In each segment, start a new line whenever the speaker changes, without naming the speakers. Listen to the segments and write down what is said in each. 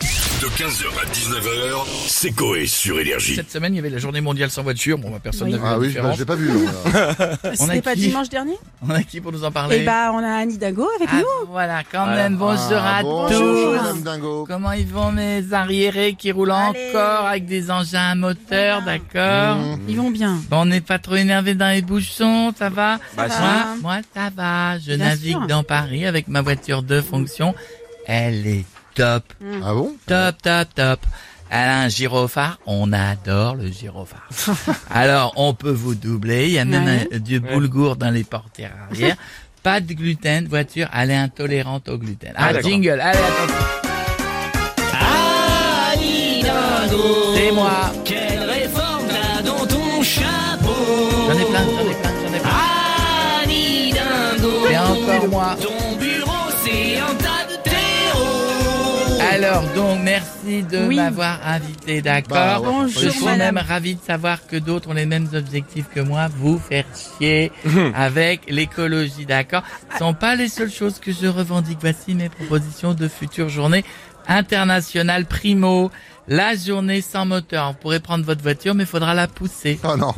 De 15h à 19h, c'est Coé sur Énergie.
Cette semaine, il y avait la journée mondiale sans voiture. Bon, bah, personne
Oui.
n'a vu
Ah
la
oui, bah,
différence.
j'ai pas vu. non, là.
a
C'était pas
qui
dimanche dernier
On a qui pour nous en
Eh
parler
bah, on a Anne Hidalgo avec
Ah,
nous.
Voilà, quand même, bonjour
Ah,
à
bon,
tous.
bonjour, Madame Dingo.
Comment ils vont mes arriérés qui roulent
Allez.
encore avec des engins à moteur,
Voilà.
d'accord
Mmh.
Ils vont bien.
Bon, on n'est pas trop énervé dans les bouchons, ça va moi,
Bah, si.
moi, ça va. Je
Bien
navigue
sûr.
dans Paris avec ma voiture de fonction. Elle est top,
Ah bon
top, top, top. Elle a un gyrophare. On adore le gyrophare. Alors, on peut vous doubler. Il y a même
Ouais.
un- du boulgour dans les portières arrière. Pas de gluten, voiture. Elle est intolérante au gluten. Ah, jingle. Allez, attention. C'est moi.
Quelle réforme t'as dans ton chapeau
J'en ai plein, j'en ai plein, j'en ai plein.
Annie Dingo
Ah.
Et encore moi.
Ton bureau c'est un tas de terreau
Alors donc merci de
Oui.
m'avoir invité, d'accord
Bah ouais,
Bonjour,
Je suis
madame.
même ravi de savoir que d'autres ont les mêmes objectifs que moi, vous faire chier avec l'écologie, d'accord Ce sont pas les seules choses que je revendique. Voici mes propositions de future journée internationale primo. La journée sans moteur. Vous pourrez prendre votre voiture, mais il faudra la pousser.
Ah non.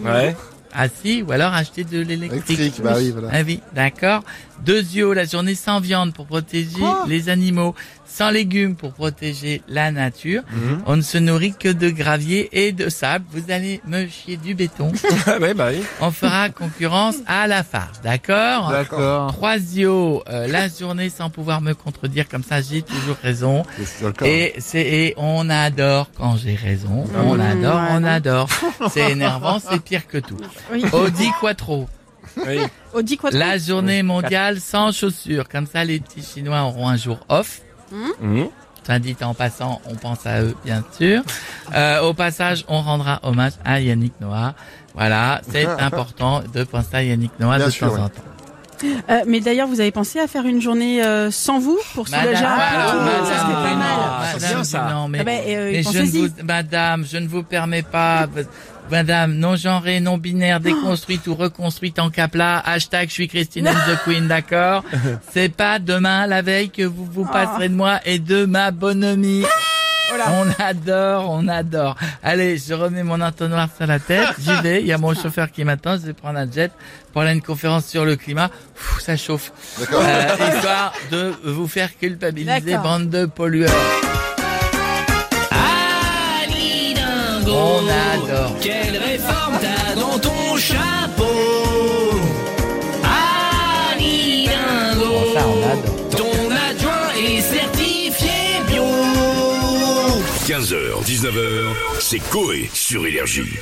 Ah si, ou alors acheter de l'électrique.
Électrique, bah oui, voilà.
Ah oui, d'accord. Deux yeux la journée sans viande pour protéger les animaux, sans légumes pour protéger la nature.
Mhm.
On ne se nourrit que de gravier et de sable. Vous allez me chier du béton.
Ah bah
On fera concurrence à la farce, d'accord
D'accord.
Trois yeux, euh, la journée sans pouvoir me contredire, comme ça j'ai toujours raison.
Je suis d'accord. Ah
Et c'est et on adore quand j'ai raison.
Mmh,
On adore,
ouais,
on
non.
adore. C'est énervant, c'est pire que tout.
Oui.
Audi Quattro.
Audi quoi
La journée mondiale sans chaussures. Comme ça, les petits Chinois auront un jour off.
Mmh.
Soit dit en passant, on pense à eux, bien sûr. Euh, au passage, on rendra hommage à Yannick Noah. Voilà, c'est
Ah.
important de penser à Yannick Noah
Bien
de
sûr,
temps
oui.
en temps.
Euh, mais d'ailleurs, vous avez pensé à faire une journée euh, sans vous pour soulager un peu tout le monde, ça serait pas mal.
Ah, c'est
Madame
bien, ça.
Dunant, mais,
Ah ben, euh,
mais je ne
pensez-y.
vous, madame, je ne vous permets pas, madame, non genrée, non binaire,
Oh.
déconstruite ou reconstruite en capla, hashtag je suis Christine and the Queen, d'accord? C'est pas demain, la veille, que vous
Oh.
vous passerez de moi et de ma bonhomie. On adore, on adore. Allez, je remets mon entonnoir sur la tête, j'y vais, il y a mon chauffeur qui m'attend, je vais prendre un jet pour aller à une conférence sur le climat. Pfff, ça chauffe.
D'accord.
Euh, histoire de vous faire culpabiliser,
D'accord.
bande de pollueurs.
Annie Dingo
On adore.
Quelle réforme t'as dans ton chapeau Annie Dingo
Bon, ça, on adore.
Ton adjoint est certifié bio
15h, 19h, c'est Coé sur Énergie.